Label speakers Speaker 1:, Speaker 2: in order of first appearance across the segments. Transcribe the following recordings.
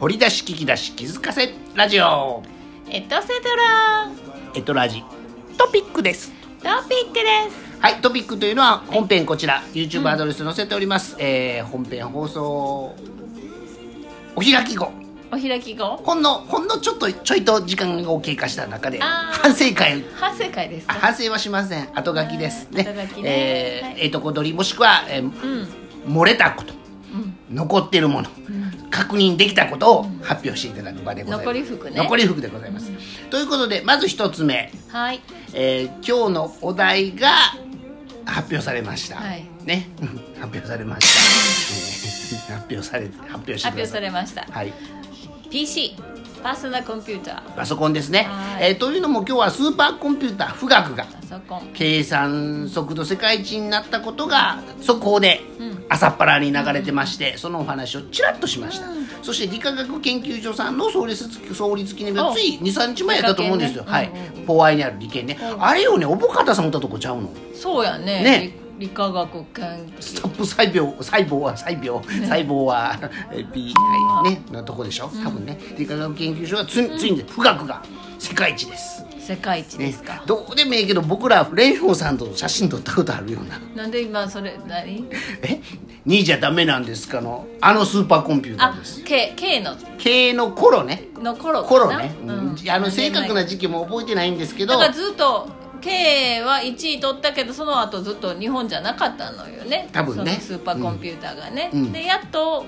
Speaker 1: 掘り出し聞き出し気づかせラジオ
Speaker 2: エトセトラ
Speaker 1: エトラジトピックです
Speaker 2: トピックです
Speaker 1: はいトピックというのは本編こちら、YouTube アドレス載せております、えー本編放送お開き後
Speaker 2: お開き後
Speaker 1: ほんのほんのちょっとちょいと時間を経過した中で
Speaker 2: あー
Speaker 1: 反省会
Speaker 2: 反省会です
Speaker 1: あ
Speaker 2: か
Speaker 1: 反省はしません後書きですね
Speaker 2: 後書き
Speaker 1: え
Speaker 2: ね
Speaker 1: ー
Speaker 2: は
Speaker 1: え
Speaker 2: い
Speaker 1: ーとこ取りもしくは、えー
Speaker 2: うん
Speaker 1: 漏れたこと
Speaker 2: うん
Speaker 1: 残ってるもの、確認できたことを発表していただく場でございます
Speaker 2: 残り服ね
Speaker 1: 残り服でございます、ということでまず一つ目、
Speaker 2: はい
Speaker 1: えー今日のお題が発表されました、
Speaker 2: はい
Speaker 1: ね 発表されま した、えー発表され発表して
Speaker 2: 発
Speaker 1: くださ
Speaker 2: 表さ
Speaker 1: い
Speaker 2: れました
Speaker 1: はい
Speaker 2: PC パーソナルコンピューター
Speaker 1: パソコンですね、
Speaker 2: はい
Speaker 1: えーというのも今日はスーパーコンピューター富岳が
Speaker 2: パソコン
Speaker 1: 計算速度世界一になったことが速報で
Speaker 2: うん
Speaker 1: 朝っぱらに流れてまして、そのお話をちらっとしました、そして理化学研究所さんの創立創立記念日
Speaker 2: お
Speaker 1: つい23日前やったと思うんですよ、
Speaker 2: 理科
Speaker 1: は
Speaker 2: 研
Speaker 1: い
Speaker 2: ねうん
Speaker 1: ポワイにある理研ね、
Speaker 2: うん
Speaker 1: あれをねおぼかたさん歌ったとこちゃうの
Speaker 2: そうやね
Speaker 1: ね
Speaker 2: 理理科学研究
Speaker 1: ストップ細胞細胞は細胞細胞はえ P はいねのとこでしょ多分ね、理化学研究所はつついに富岳が世界一です
Speaker 2: 世界一ですか、
Speaker 1: どうでもいいけど僕ら蓮舫さんと写真撮ったことあるような
Speaker 2: なんで今それ何
Speaker 1: え2じゃダメなんですかのあのスーパーコンピュータ
Speaker 2: あ
Speaker 1: ーです、
Speaker 2: K, K の
Speaker 1: 経営の頃ね
Speaker 2: の頃かな
Speaker 1: 頃ね、うん
Speaker 2: うん
Speaker 1: あの正確な時期も覚えてないんですけど
Speaker 2: だからずっと K は1位取ったけどその後ずっと日本じゃなかったのよね
Speaker 1: 多分ね
Speaker 2: そのスーパーコンピューターがね、
Speaker 1: うん
Speaker 2: でやっと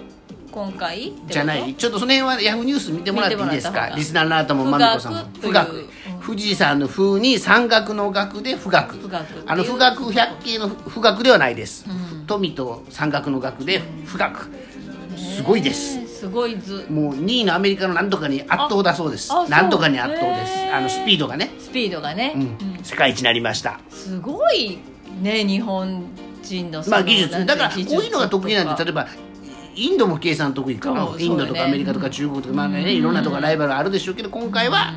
Speaker 2: 今回ってこと
Speaker 1: じゃないちょっとその辺はヤフーニュース見てもらっていいです
Speaker 2: 見てもらった
Speaker 1: か
Speaker 2: 方が
Speaker 1: リスナーのあなたもまみこさんも
Speaker 2: 富岳という
Speaker 1: 学富士山の風に山岳の岳で富岳
Speaker 2: 富岳っていう
Speaker 1: あの富岳百景の富岳ではないです、富と山岳の岳で富岳すごいです
Speaker 2: ねえすごいず
Speaker 1: もう2位のアメリカのなんとかに圧倒だそうです
Speaker 2: ああそう
Speaker 1: なんとかに圧倒です
Speaker 2: へえ
Speaker 1: あのスピードがね
Speaker 2: スピードがね、うん
Speaker 1: 世界一になりました、
Speaker 2: すごいね日本人のその
Speaker 1: まあ、技
Speaker 2: なん
Speaker 1: 術
Speaker 2: て
Speaker 1: だからこう
Speaker 2: 技術
Speaker 1: いうのが得意なんで例えばインドも計算得意か
Speaker 2: そう
Speaker 1: インド
Speaker 2: そ
Speaker 1: と
Speaker 2: う
Speaker 1: か
Speaker 2: よね
Speaker 1: アメリカとか中国とか、まあねいろんなとこライバルあるでしょうけど今回は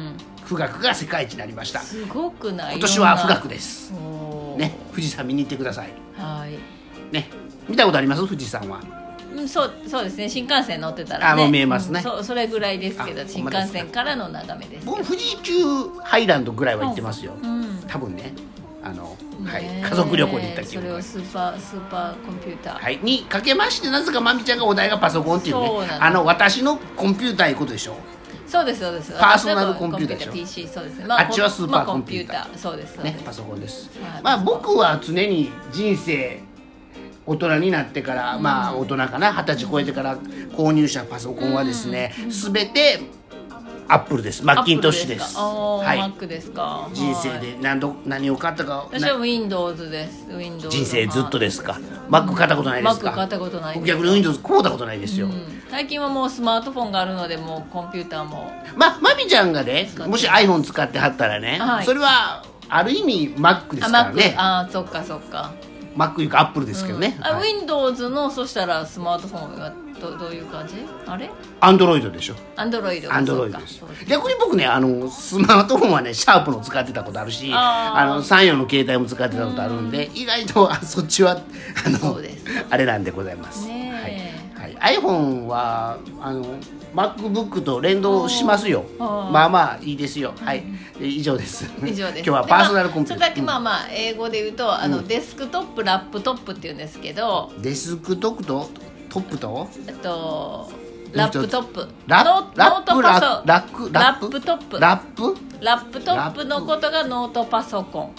Speaker 1: 富岳が世界一になりました
Speaker 2: すごくない
Speaker 1: 今年は富岳です、
Speaker 2: おー
Speaker 1: ね、富士山見に行ってください、
Speaker 2: はい
Speaker 1: ね、見たことあります富士山は
Speaker 2: うん、そうそうですね新幹線乗ってたら、ね、
Speaker 1: あもう見えますね
Speaker 2: うんそうそれぐらいですけど
Speaker 1: あ
Speaker 2: 新幹線からの眺めですけど
Speaker 1: 僕富士急ハイランドぐらいは行ってますよ、
Speaker 2: うん
Speaker 1: 多分ねあの、はい、
Speaker 2: ね
Speaker 1: 家族旅行に行った記
Speaker 2: そ
Speaker 1: 憶
Speaker 2: れ
Speaker 1: があ
Speaker 2: を
Speaker 1: る
Speaker 2: スーパースーパーコンピューター、
Speaker 1: はい、にかけましてなぜかまみちゃんがお題がパソコンっていうね
Speaker 2: そうなの
Speaker 1: あの私のコンピューターいうことでしょ
Speaker 2: そうですそうです
Speaker 1: パーソナルコンピューターでしょ
Speaker 2: PC そうですね、
Speaker 1: あっちはスーパーコンピューター
Speaker 2: まあコンそうですそうで
Speaker 1: ね
Speaker 2: す、
Speaker 1: パソコンです
Speaker 2: はい。
Speaker 1: まあ僕は常に人生大人になってから、まあ大人かな二十歳超えてから購入したパソコンはですね、すべてアップルです。マ
Speaker 2: ア
Speaker 1: ッ
Speaker 2: ップ
Speaker 1: キ
Speaker 2: ル
Speaker 1: ントッシュです。
Speaker 2: かおー
Speaker 1: は
Speaker 2: Mac ですか
Speaker 1: い。人生
Speaker 2: はい
Speaker 1: で何度何を買ったか
Speaker 2: 私は Windows です Windows
Speaker 1: 人生ずっと
Speaker 2: で
Speaker 1: ですか。マック買ったことないですか。
Speaker 2: Mac 買ったことない
Speaker 1: 僕
Speaker 2: です
Speaker 1: 逆に Windows 買ったことないですよ。
Speaker 2: 最近はもうスマートフォンがあるのでもうコンピューターも
Speaker 1: まあマミちゃんがね
Speaker 2: 使、って
Speaker 1: もし iPhone 使ってはったらね、
Speaker 2: はい
Speaker 1: それはある意味 Mac ですからね。
Speaker 2: あ Mac あーそっかそっか
Speaker 1: Mac いうか Apple ですけどね。
Speaker 2: あ
Speaker 1: はい
Speaker 2: Windows のそしたらスマートフォンはどどういう感じあれ
Speaker 1: Android でしょ。
Speaker 2: Android
Speaker 1: アンドロイドです
Speaker 2: そうかそうか
Speaker 1: 逆に僕ねあのスマートフォンはねシャープの使ってたことあるし
Speaker 2: あー
Speaker 1: あの34の携帯も使ってたことあるんで意外とあそっちはあの
Speaker 2: そうです
Speaker 1: あれなんでございます、
Speaker 2: ね
Speaker 1: はいはい、iPhone はあの MacBook と連動しますよ
Speaker 2: あー
Speaker 1: まあまあいいですよはいで以上です
Speaker 2: 以上
Speaker 1: 今
Speaker 2: です
Speaker 1: 日はパーソナルコンピュータ
Speaker 2: でまあちょっとだけまあまあ英語で言うと、あのデスクトップラップトップって言うんですけど
Speaker 1: うんデスクトップとトップと
Speaker 2: えっ
Speaker 1: も
Speaker 2: と
Speaker 1: う
Speaker 2: ラ
Speaker 1: 一
Speaker 2: ッ
Speaker 1: つ
Speaker 2: プトップ
Speaker 1: ラ
Speaker 2: ノ
Speaker 1: ラッ
Speaker 2: ノート
Speaker 1: プ
Speaker 2: パ
Speaker 1: ラ
Speaker 2: ソ
Speaker 1: ラック
Speaker 2: ラ
Speaker 1: ラ
Speaker 2: ッ
Speaker 1: ッ
Speaker 2: プ
Speaker 1: プ
Speaker 2: トップラ
Speaker 1: ラップ
Speaker 2: ップトップのことがノートパソコン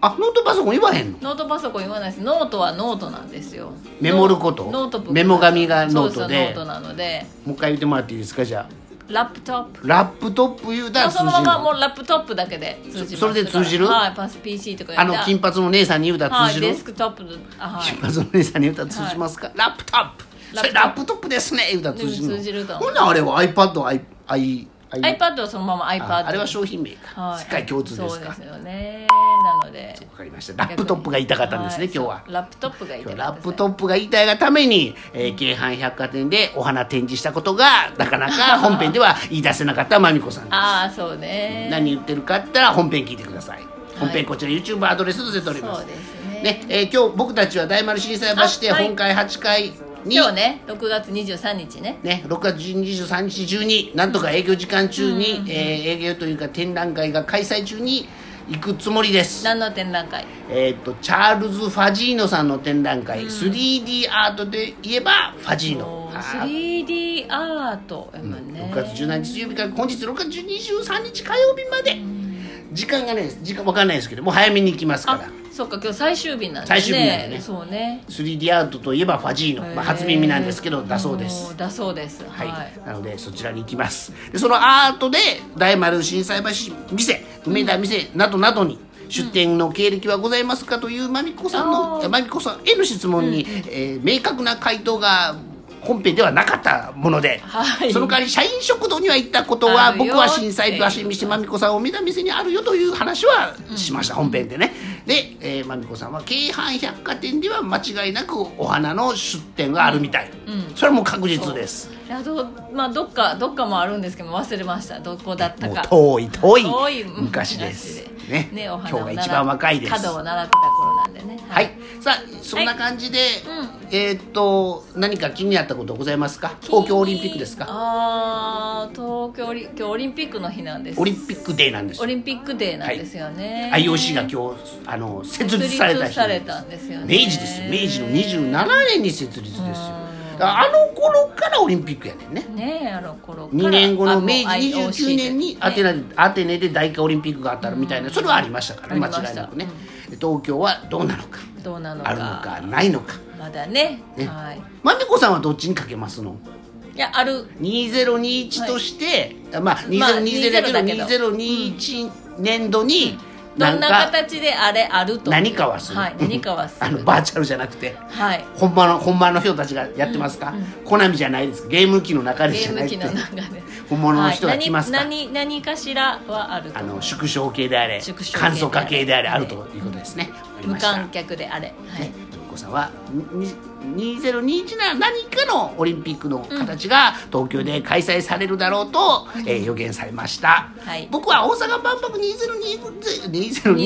Speaker 1: あノートパソコン言わへんの
Speaker 2: ノートパソコン言わないですノートはノートなんですよ
Speaker 1: メモること
Speaker 2: ノートブック
Speaker 1: メモ紙がノートで
Speaker 2: そうそうノートなので
Speaker 1: もう一回言ってもらっていいですかじゃあ
Speaker 2: ラップトップ
Speaker 1: ラップトップ言うたら通
Speaker 2: そ
Speaker 1: じる
Speaker 2: の
Speaker 1: の
Speaker 2: ままもうラップトップだけで通じます
Speaker 1: そそれで通じる
Speaker 2: はいパス PC とか
Speaker 1: あの金髪の姉さんに言うたら
Speaker 2: は
Speaker 1: 通
Speaker 2: い
Speaker 1: じる、
Speaker 2: デスクトップのあはい
Speaker 1: 金髪の姉さんに言うたら通じますか、ラップトップそれラップトップですね言うたら通じるの
Speaker 2: うん通じると思う
Speaker 1: ほんならあれは iPad アイアイアイ
Speaker 2: iPad はそのまま iPad
Speaker 1: ああれは商品名か、
Speaker 2: はい
Speaker 1: 世界共通ですか
Speaker 2: そう
Speaker 1: わ
Speaker 2: ですよねなので
Speaker 1: かりましたラップトップが言いたかったんですね、
Speaker 2: い
Speaker 1: 今日は
Speaker 2: そうラップトップがいい
Speaker 1: 今日はラップ
Speaker 2: ッ
Speaker 1: トップが言いたいがために、えー京阪百貨店でお花展示したことがなかなか本編では言い出せなかったまみこさんです
Speaker 2: ああそうね
Speaker 1: 何言ってるかって言ったら本編聞いてください本編こちら YouTube アドレス載せております、
Speaker 2: そうですね
Speaker 1: ねえー今日僕たちは大丸震災橋で
Speaker 2: あはい
Speaker 1: 本会8階に
Speaker 2: 今日ね6月23日ね
Speaker 1: ね、6月23日中になんとか営業時間中に、えー営業というか展覧会が開催中に行くつもりです、
Speaker 2: 何の展覧会
Speaker 1: えー、とチャールズ・ファジーノさんの展覧会、3D アートで言えばファジーノ
Speaker 2: おー
Speaker 1: あー
Speaker 2: 3D アートやもんね
Speaker 1: 6月17日水曜日から本日6月23日火曜日まで時間がね時間わかんないですけどもう早めに行きますか
Speaker 2: あ
Speaker 1: ら
Speaker 2: そっか今日最終日なんでね
Speaker 1: 最終日なんでね
Speaker 2: そうね
Speaker 1: 3D アートといえばファジーノ、まあ、初耳なんですけどだそうで
Speaker 2: お
Speaker 1: す
Speaker 2: ーだそうですは、
Speaker 1: はいい、なのでそちらに行きますでそのアートで大丸心斎橋店梅田店などなどに出店の経歴はございますかというまみこさん
Speaker 2: あ
Speaker 1: の
Speaker 2: ー
Speaker 1: まみこさんへの質問に、えー明確な回答が本編ではなかったもので、
Speaker 2: はい
Speaker 1: その代わり社員食堂には行ったこと
Speaker 2: あ
Speaker 1: は
Speaker 2: るよ
Speaker 1: 僕は震災
Speaker 2: って
Speaker 1: 橋店まみこさんを梅田店にあるよという話はしました、本編でねで、えー、まみこさんは京阪百貨店では間違いなくお花の出店があるみたい、それはもう確実です
Speaker 2: いやどうまあどっかどっかもあるんですけど忘れましたどこだった
Speaker 1: もう
Speaker 2: か
Speaker 1: 遠い遠い
Speaker 2: 遠い
Speaker 1: 昔です
Speaker 2: 昔
Speaker 1: ね
Speaker 2: ねお
Speaker 1: 今日
Speaker 2: 花を
Speaker 1: が
Speaker 2: 習っ
Speaker 1: 一番若いです
Speaker 2: 角を
Speaker 1: は
Speaker 2: 習ってた頃なんでね
Speaker 1: いさあそんな感じで、えーっと何か気になったことございますか東京オリンピックですか
Speaker 2: ああ東京オリ今日オリンピックの日なんです
Speaker 1: オリンピックデーなんです
Speaker 2: オリンピックデーなんですよね、
Speaker 1: IOC が今日あの設立された
Speaker 2: 設
Speaker 1: 日
Speaker 2: 立されたんですよね
Speaker 1: 明治ですよ明治の27年に設立ですよだからあの頃からオリンピックやねんね
Speaker 2: ねえあの頃から
Speaker 1: 2年後の明治
Speaker 2: あもう
Speaker 1: 29年に
Speaker 2: IOC
Speaker 1: アテ
Speaker 2: で
Speaker 1: ナでアテネで大化オリンピックがあったらみたいなそれはありましたからね
Speaker 2: ありました
Speaker 1: 間違いなくね東京はどうなのか
Speaker 2: すねどうなのか
Speaker 1: あるのかないのか
Speaker 2: まだね
Speaker 1: ね
Speaker 2: はい
Speaker 1: まみこさんはどっちにかけますの
Speaker 2: いやある
Speaker 1: 2021として、まあ
Speaker 2: まあ
Speaker 1: 2020だけど
Speaker 2: 20だけ
Speaker 1: 2021年度に
Speaker 2: どん
Speaker 1: 何
Speaker 2: な
Speaker 1: か
Speaker 2: 形であれあると
Speaker 1: 何かはする、
Speaker 2: はい何かはする
Speaker 1: あのバーチャルじゃなくて
Speaker 2: はい
Speaker 1: 本場の本場の人たちがやってますか、コナミじゃないですゲーム機の中で
Speaker 2: ゲ
Speaker 1: じゃ
Speaker 2: ー
Speaker 1: ない
Speaker 2: ム
Speaker 1: で
Speaker 2: 機
Speaker 1: す
Speaker 2: の中で
Speaker 1: 本物の人が来ますか
Speaker 2: はい何何何かしらはあると
Speaker 1: あの縮小系であれ
Speaker 2: 縮小系であ
Speaker 1: 簡
Speaker 2: れ
Speaker 1: 素化系であれあるということですね、わかり
Speaker 2: 無
Speaker 1: ました
Speaker 2: 観客であれ、はい
Speaker 1: ね、とみこさんはにに2021な何かのオリンピックの形が東京で開催されるだろうと、えー予言されました、
Speaker 2: はい
Speaker 1: 僕は大阪万博2025 2025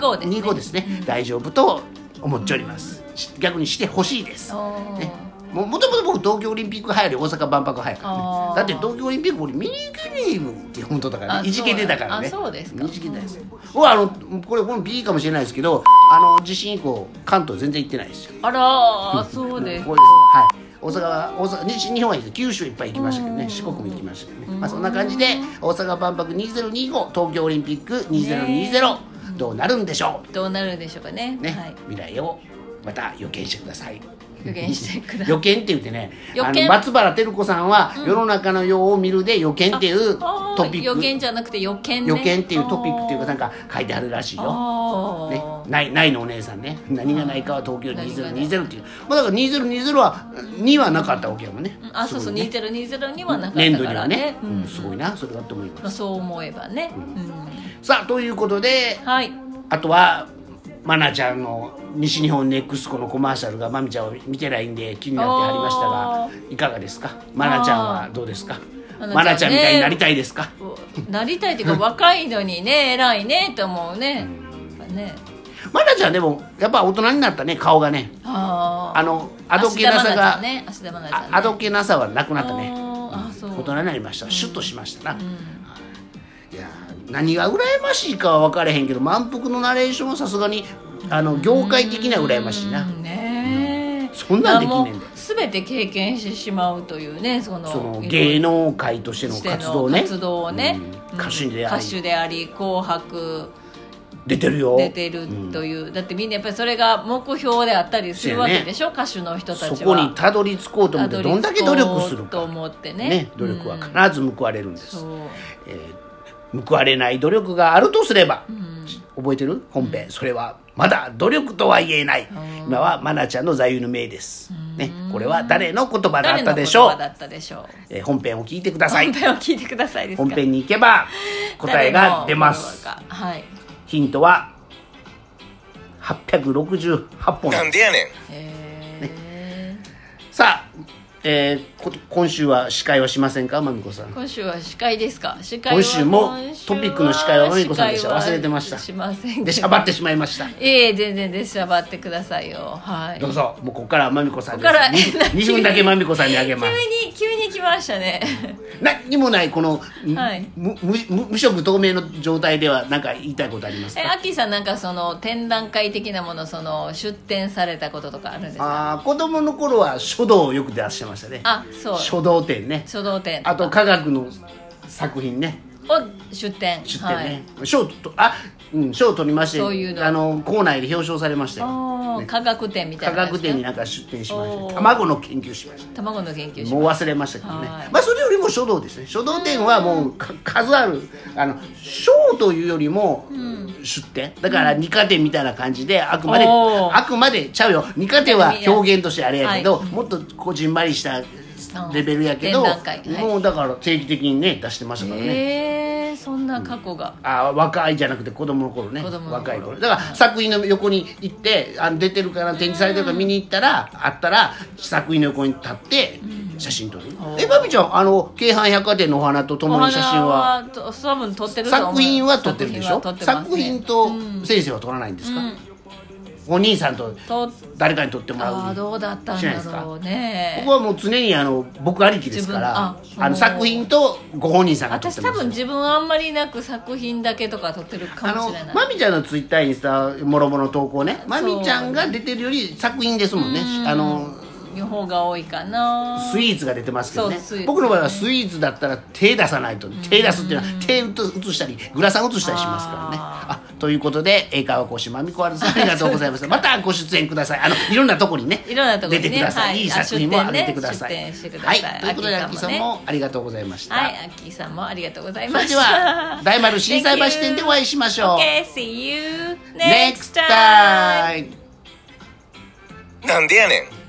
Speaker 2: 2025
Speaker 1: で
Speaker 2: ですす
Speaker 1: ね
Speaker 2: ね
Speaker 1: 大丈夫と思っております、し逆にしてほしいです
Speaker 2: おー
Speaker 1: ももともと僕東京オリンピック派より大阪万博派やからね
Speaker 2: あー
Speaker 1: だって東京オリンピック俺見に行けねえもんって本当だから
Speaker 2: あ
Speaker 1: ねいじけてたからね
Speaker 2: そうあそうですか
Speaker 1: いじけてたですよ僕はあのこれこの B かもしれないですけどあの地震以降関東全然行ってないですよ
Speaker 2: あらーそうです
Speaker 1: これですはい大阪は大阪西日本はいいです九州いっぱい行きましたけどね四国も行きましたけどね、まあ、そんな感じで大阪万博2025東京オリンピック2020どうなるんでしょ
Speaker 2: どうなるんでしょうかね
Speaker 1: うね、
Speaker 2: はい、
Speaker 1: 未来をまた予見してください
Speaker 2: 予言して ください
Speaker 1: 予見って言ってね
Speaker 2: 予
Speaker 1: あ
Speaker 2: 見
Speaker 1: の松原照子さんは「世の中のようを見る」で予見っていう
Speaker 2: あー
Speaker 1: トピック、
Speaker 2: 予言じゃなくて予見ね
Speaker 1: 予見っていうトピックっていうかなんか書いてあるらしいよ。
Speaker 2: あ
Speaker 1: ね
Speaker 2: ー、
Speaker 1: ないないのお姉さんね何がないかは東京
Speaker 2: 何がない
Speaker 1: 2020っていう、まあ、だから2020は2はなかったわけやもんね
Speaker 2: うんあそうそう、
Speaker 1: すごいね
Speaker 2: 2020にはなかっ
Speaker 1: 年
Speaker 2: た
Speaker 1: 度
Speaker 2: か
Speaker 1: に
Speaker 2: ら
Speaker 1: は
Speaker 2: ね
Speaker 1: ね、
Speaker 2: う
Speaker 1: うん
Speaker 2: ん
Speaker 1: すごいなそれだと思い
Speaker 2: ま
Speaker 1: ま
Speaker 2: あ、
Speaker 1: す
Speaker 2: そう思えばね、うん
Speaker 1: さあということで
Speaker 2: はい
Speaker 1: あとはマナちゃんの西日本ネクスコのコマーシャルがまみちゃんは見てないんで気になってはりましたが
Speaker 2: あ
Speaker 1: いかがですかマナちゃんはどうですか
Speaker 2: あー
Speaker 1: マナちゃんみたいになりたいですか、
Speaker 2: こうなりたいっていうか若いのにね偉いねと思うねやっぱね
Speaker 1: マナちゃんでもやっぱ大人になったね顔がね
Speaker 2: あ
Speaker 1: あのあどけなさが、
Speaker 2: 芦田愛菜ちゃんね芦田愛菜ちゃんね
Speaker 1: ああどけなさはなくなったね
Speaker 2: あーあそう
Speaker 1: 大人になりましたシュッとしましたな、はいいやー何が羨ましいかは分かれへんけど満腹のナレーションはさすがにあの業界的には羨ましいな、
Speaker 2: うんねえ
Speaker 1: そんなんできんねんで
Speaker 2: あもう全て経験してしまうというねその
Speaker 1: その芸
Speaker 2: 能
Speaker 1: 能界としての活動ね
Speaker 2: 活動をね
Speaker 1: う
Speaker 2: うんん
Speaker 1: 歌手であり
Speaker 2: 歌手であり紅白
Speaker 1: 出てるよ
Speaker 2: 出てるという、だってみんなやっぱりそれが目標であったりするわけでしょ、歌手の人たち
Speaker 1: そこ
Speaker 2: は
Speaker 1: にたどり着こうと思って
Speaker 2: た
Speaker 1: ど
Speaker 2: り
Speaker 1: んだけ努力する
Speaker 2: そうと
Speaker 1: か、
Speaker 2: 思ってね
Speaker 1: ね、努力は必ず報われるんで
Speaker 2: そ
Speaker 1: す、
Speaker 2: う
Speaker 1: えー報われない努力があるとすれば、覚えてる本編それはまだ努力とは言えない、今はマナちゃんの座右の銘です、ね、これは誰の言葉だったでしょう
Speaker 2: 誰の言葉、だったでしょう
Speaker 1: えー本編を聞いてください
Speaker 2: 本編を聞いてくださいですか
Speaker 1: 本編に行けば答えが出ます
Speaker 2: 誰の言葉かはい
Speaker 1: ヒントは868本
Speaker 3: なんでやねん
Speaker 2: へー
Speaker 1: さあえーこ今週は司会はしませんかまみこさん
Speaker 2: 今週は司会ですか司会は
Speaker 1: 今週も
Speaker 2: 週
Speaker 1: ト
Speaker 2: は
Speaker 1: ピックの司会はまみこさんでした忘れてました
Speaker 2: しませんけど
Speaker 1: でしゃばってしまいました
Speaker 2: いえいえ全然ですしゃばってくださいよはい
Speaker 1: どうぞもうここからはまみこさんで
Speaker 2: ここ から
Speaker 1: す2分だけまみこさんにあげ
Speaker 2: 急
Speaker 1: ます
Speaker 2: に急に来ましたね
Speaker 1: 何にもないこの、
Speaker 2: はい
Speaker 1: むむ無無色透明の状態では何か言いたいことあります
Speaker 2: え
Speaker 1: か
Speaker 2: アッキーさんなんかその展覧会的なものその出展されたこととかあるんですか
Speaker 1: あー子供の頃は書道をよく出してましたね
Speaker 2: あそう
Speaker 1: 書道展ね
Speaker 2: 書道展
Speaker 1: あと科学の作品ね
Speaker 2: を出展
Speaker 1: 出展ね、賞とあうん賞を取りまして
Speaker 2: そういうの
Speaker 1: あの校内で表彰されましたよ
Speaker 2: はい、あー科学展みた
Speaker 1: 科
Speaker 2: いなやつね
Speaker 1: 学展になんか出展しまし
Speaker 2: お
Speaker 1: た
Speaker 2: ー
Speaker 1: 卵の研究しまし
Speaker 2: 卵の研究
Speaker 1: た
Speaker 2: し
Speaker 1: もう忘れましたけどね
Speaker 2: はい
Speaker 1: まあそれよりも書道ですね書道展はもうか数あるあの賞というよりも出展、だから二課展みたいな感じであくまで、
Speaker 2: おー
Speaker 1: あくまでちゃうよ二課展は表現としてあれやけど、もっとこじんまりしたレベルやけど、
Speaker 2: 展覧会はい
Speaker 1: もうだから定期的にね出してましたからね、
Speaker 2: えー、そんな過去が、
Speaker 1: あ若いじゃなくて子供の頃ね
Speaker 2: 子供の頃
Speaker 1: 若い頃だから、作品の横に行ってあの出てるから展示されてるから見に行ったらあったら作品の横に立って写真撮る、えまみちゃんあの京阪百貨店のお花と
Speaker 2: お
Speaker 1: 共
Speaker 2: 花
Speaker 1: に写真は
Speaker 2: と多分撮ってると思う
Speaker 1: 作品は撮ってるでしょ
Speaker 2: 作品は撮
Speaker 1: 作
Speaker 2: って
Speaker 1: 品,、
Speaker 2: ますね
Speaker 1: と先生は撮らないんですか、お兄さんと
Speaker 2: と
Speaker 1: 誰かに撮ってもらう
Speaker 2: ああどうだったん
Speaker 1: しない
Speaker 2: だ
Speaker 1: ですか
Speaker 2: ろうね
Speaker 1: 僕はもう常にあの僕ありきですからあ
Speaker 2: 自分あ
Speaker 1: の
Speaker 2: おー
Speaker 1: 作品とご本人さんが撮っ
Speaker 2: 私
Speaker 1: て
Speaker 2: 多
Speaker 1: ます
Speaker 2: 分自分はあんまりなく作品だけとか撮ってる
Speaker 1: あ
Speaker 2: かも
Speaker 1: の
Speaker 2: しれない
Speaker 1: まみちゃんのツイッターインスタもろもろ投稿ねまみちゃんが出てるより作品ですもんねあの
Speaker 2: の方が多いかな
Speaker 1: スイーツが出てますけどね
Speaker 2: そうスイーツ
Speaker 1: 僕の場合はスイーツだったら手出さないと手出すっていうのは手移したりグラサン移したりしますからねあ
Speaker 2: あ
Speaker 1: ということで英会話講師まみこはるさんありがとうござ いますまたご出演くださいあのいろんなとこにね
Speaker 2: いろんなとこにね
Speaker 1: 出てください、、
Speaker 2: はいい
Speaker 1: い作品も
Speaker 2: あ
Speaker 1: 上
Speaker 2: 出
Speaker 1: げ
Speaker 2: 展ね
Speaker 1: てください
Speaker 2: 出展してください
Speaker 1: はい、ということで
Speaker 2: あ
Speaker 1: あき
Speaker 2: き
Speaker 1: さ
Speaker 2: さ
Speaker 1: ん
Speaker 2: んもね
Speaker 1: もありがとうございました、
Speaker 2: はいアッキーさんもありがとうござい
Speaker 1: そ
Speaker 2: ま
Speaker 1: れ
Speaker 2: し
Speaker 1: で
Speaker 2: た
Speaker 1: は大丸心斎橋
Speaker 2: Thank you
Speaker 1: 店でお会いしましょう
Speaker 2: Okay, see you next
Speaker 1: next
Speaker 2: time.
Speaker 1: time
Speaker 3: Nandianen.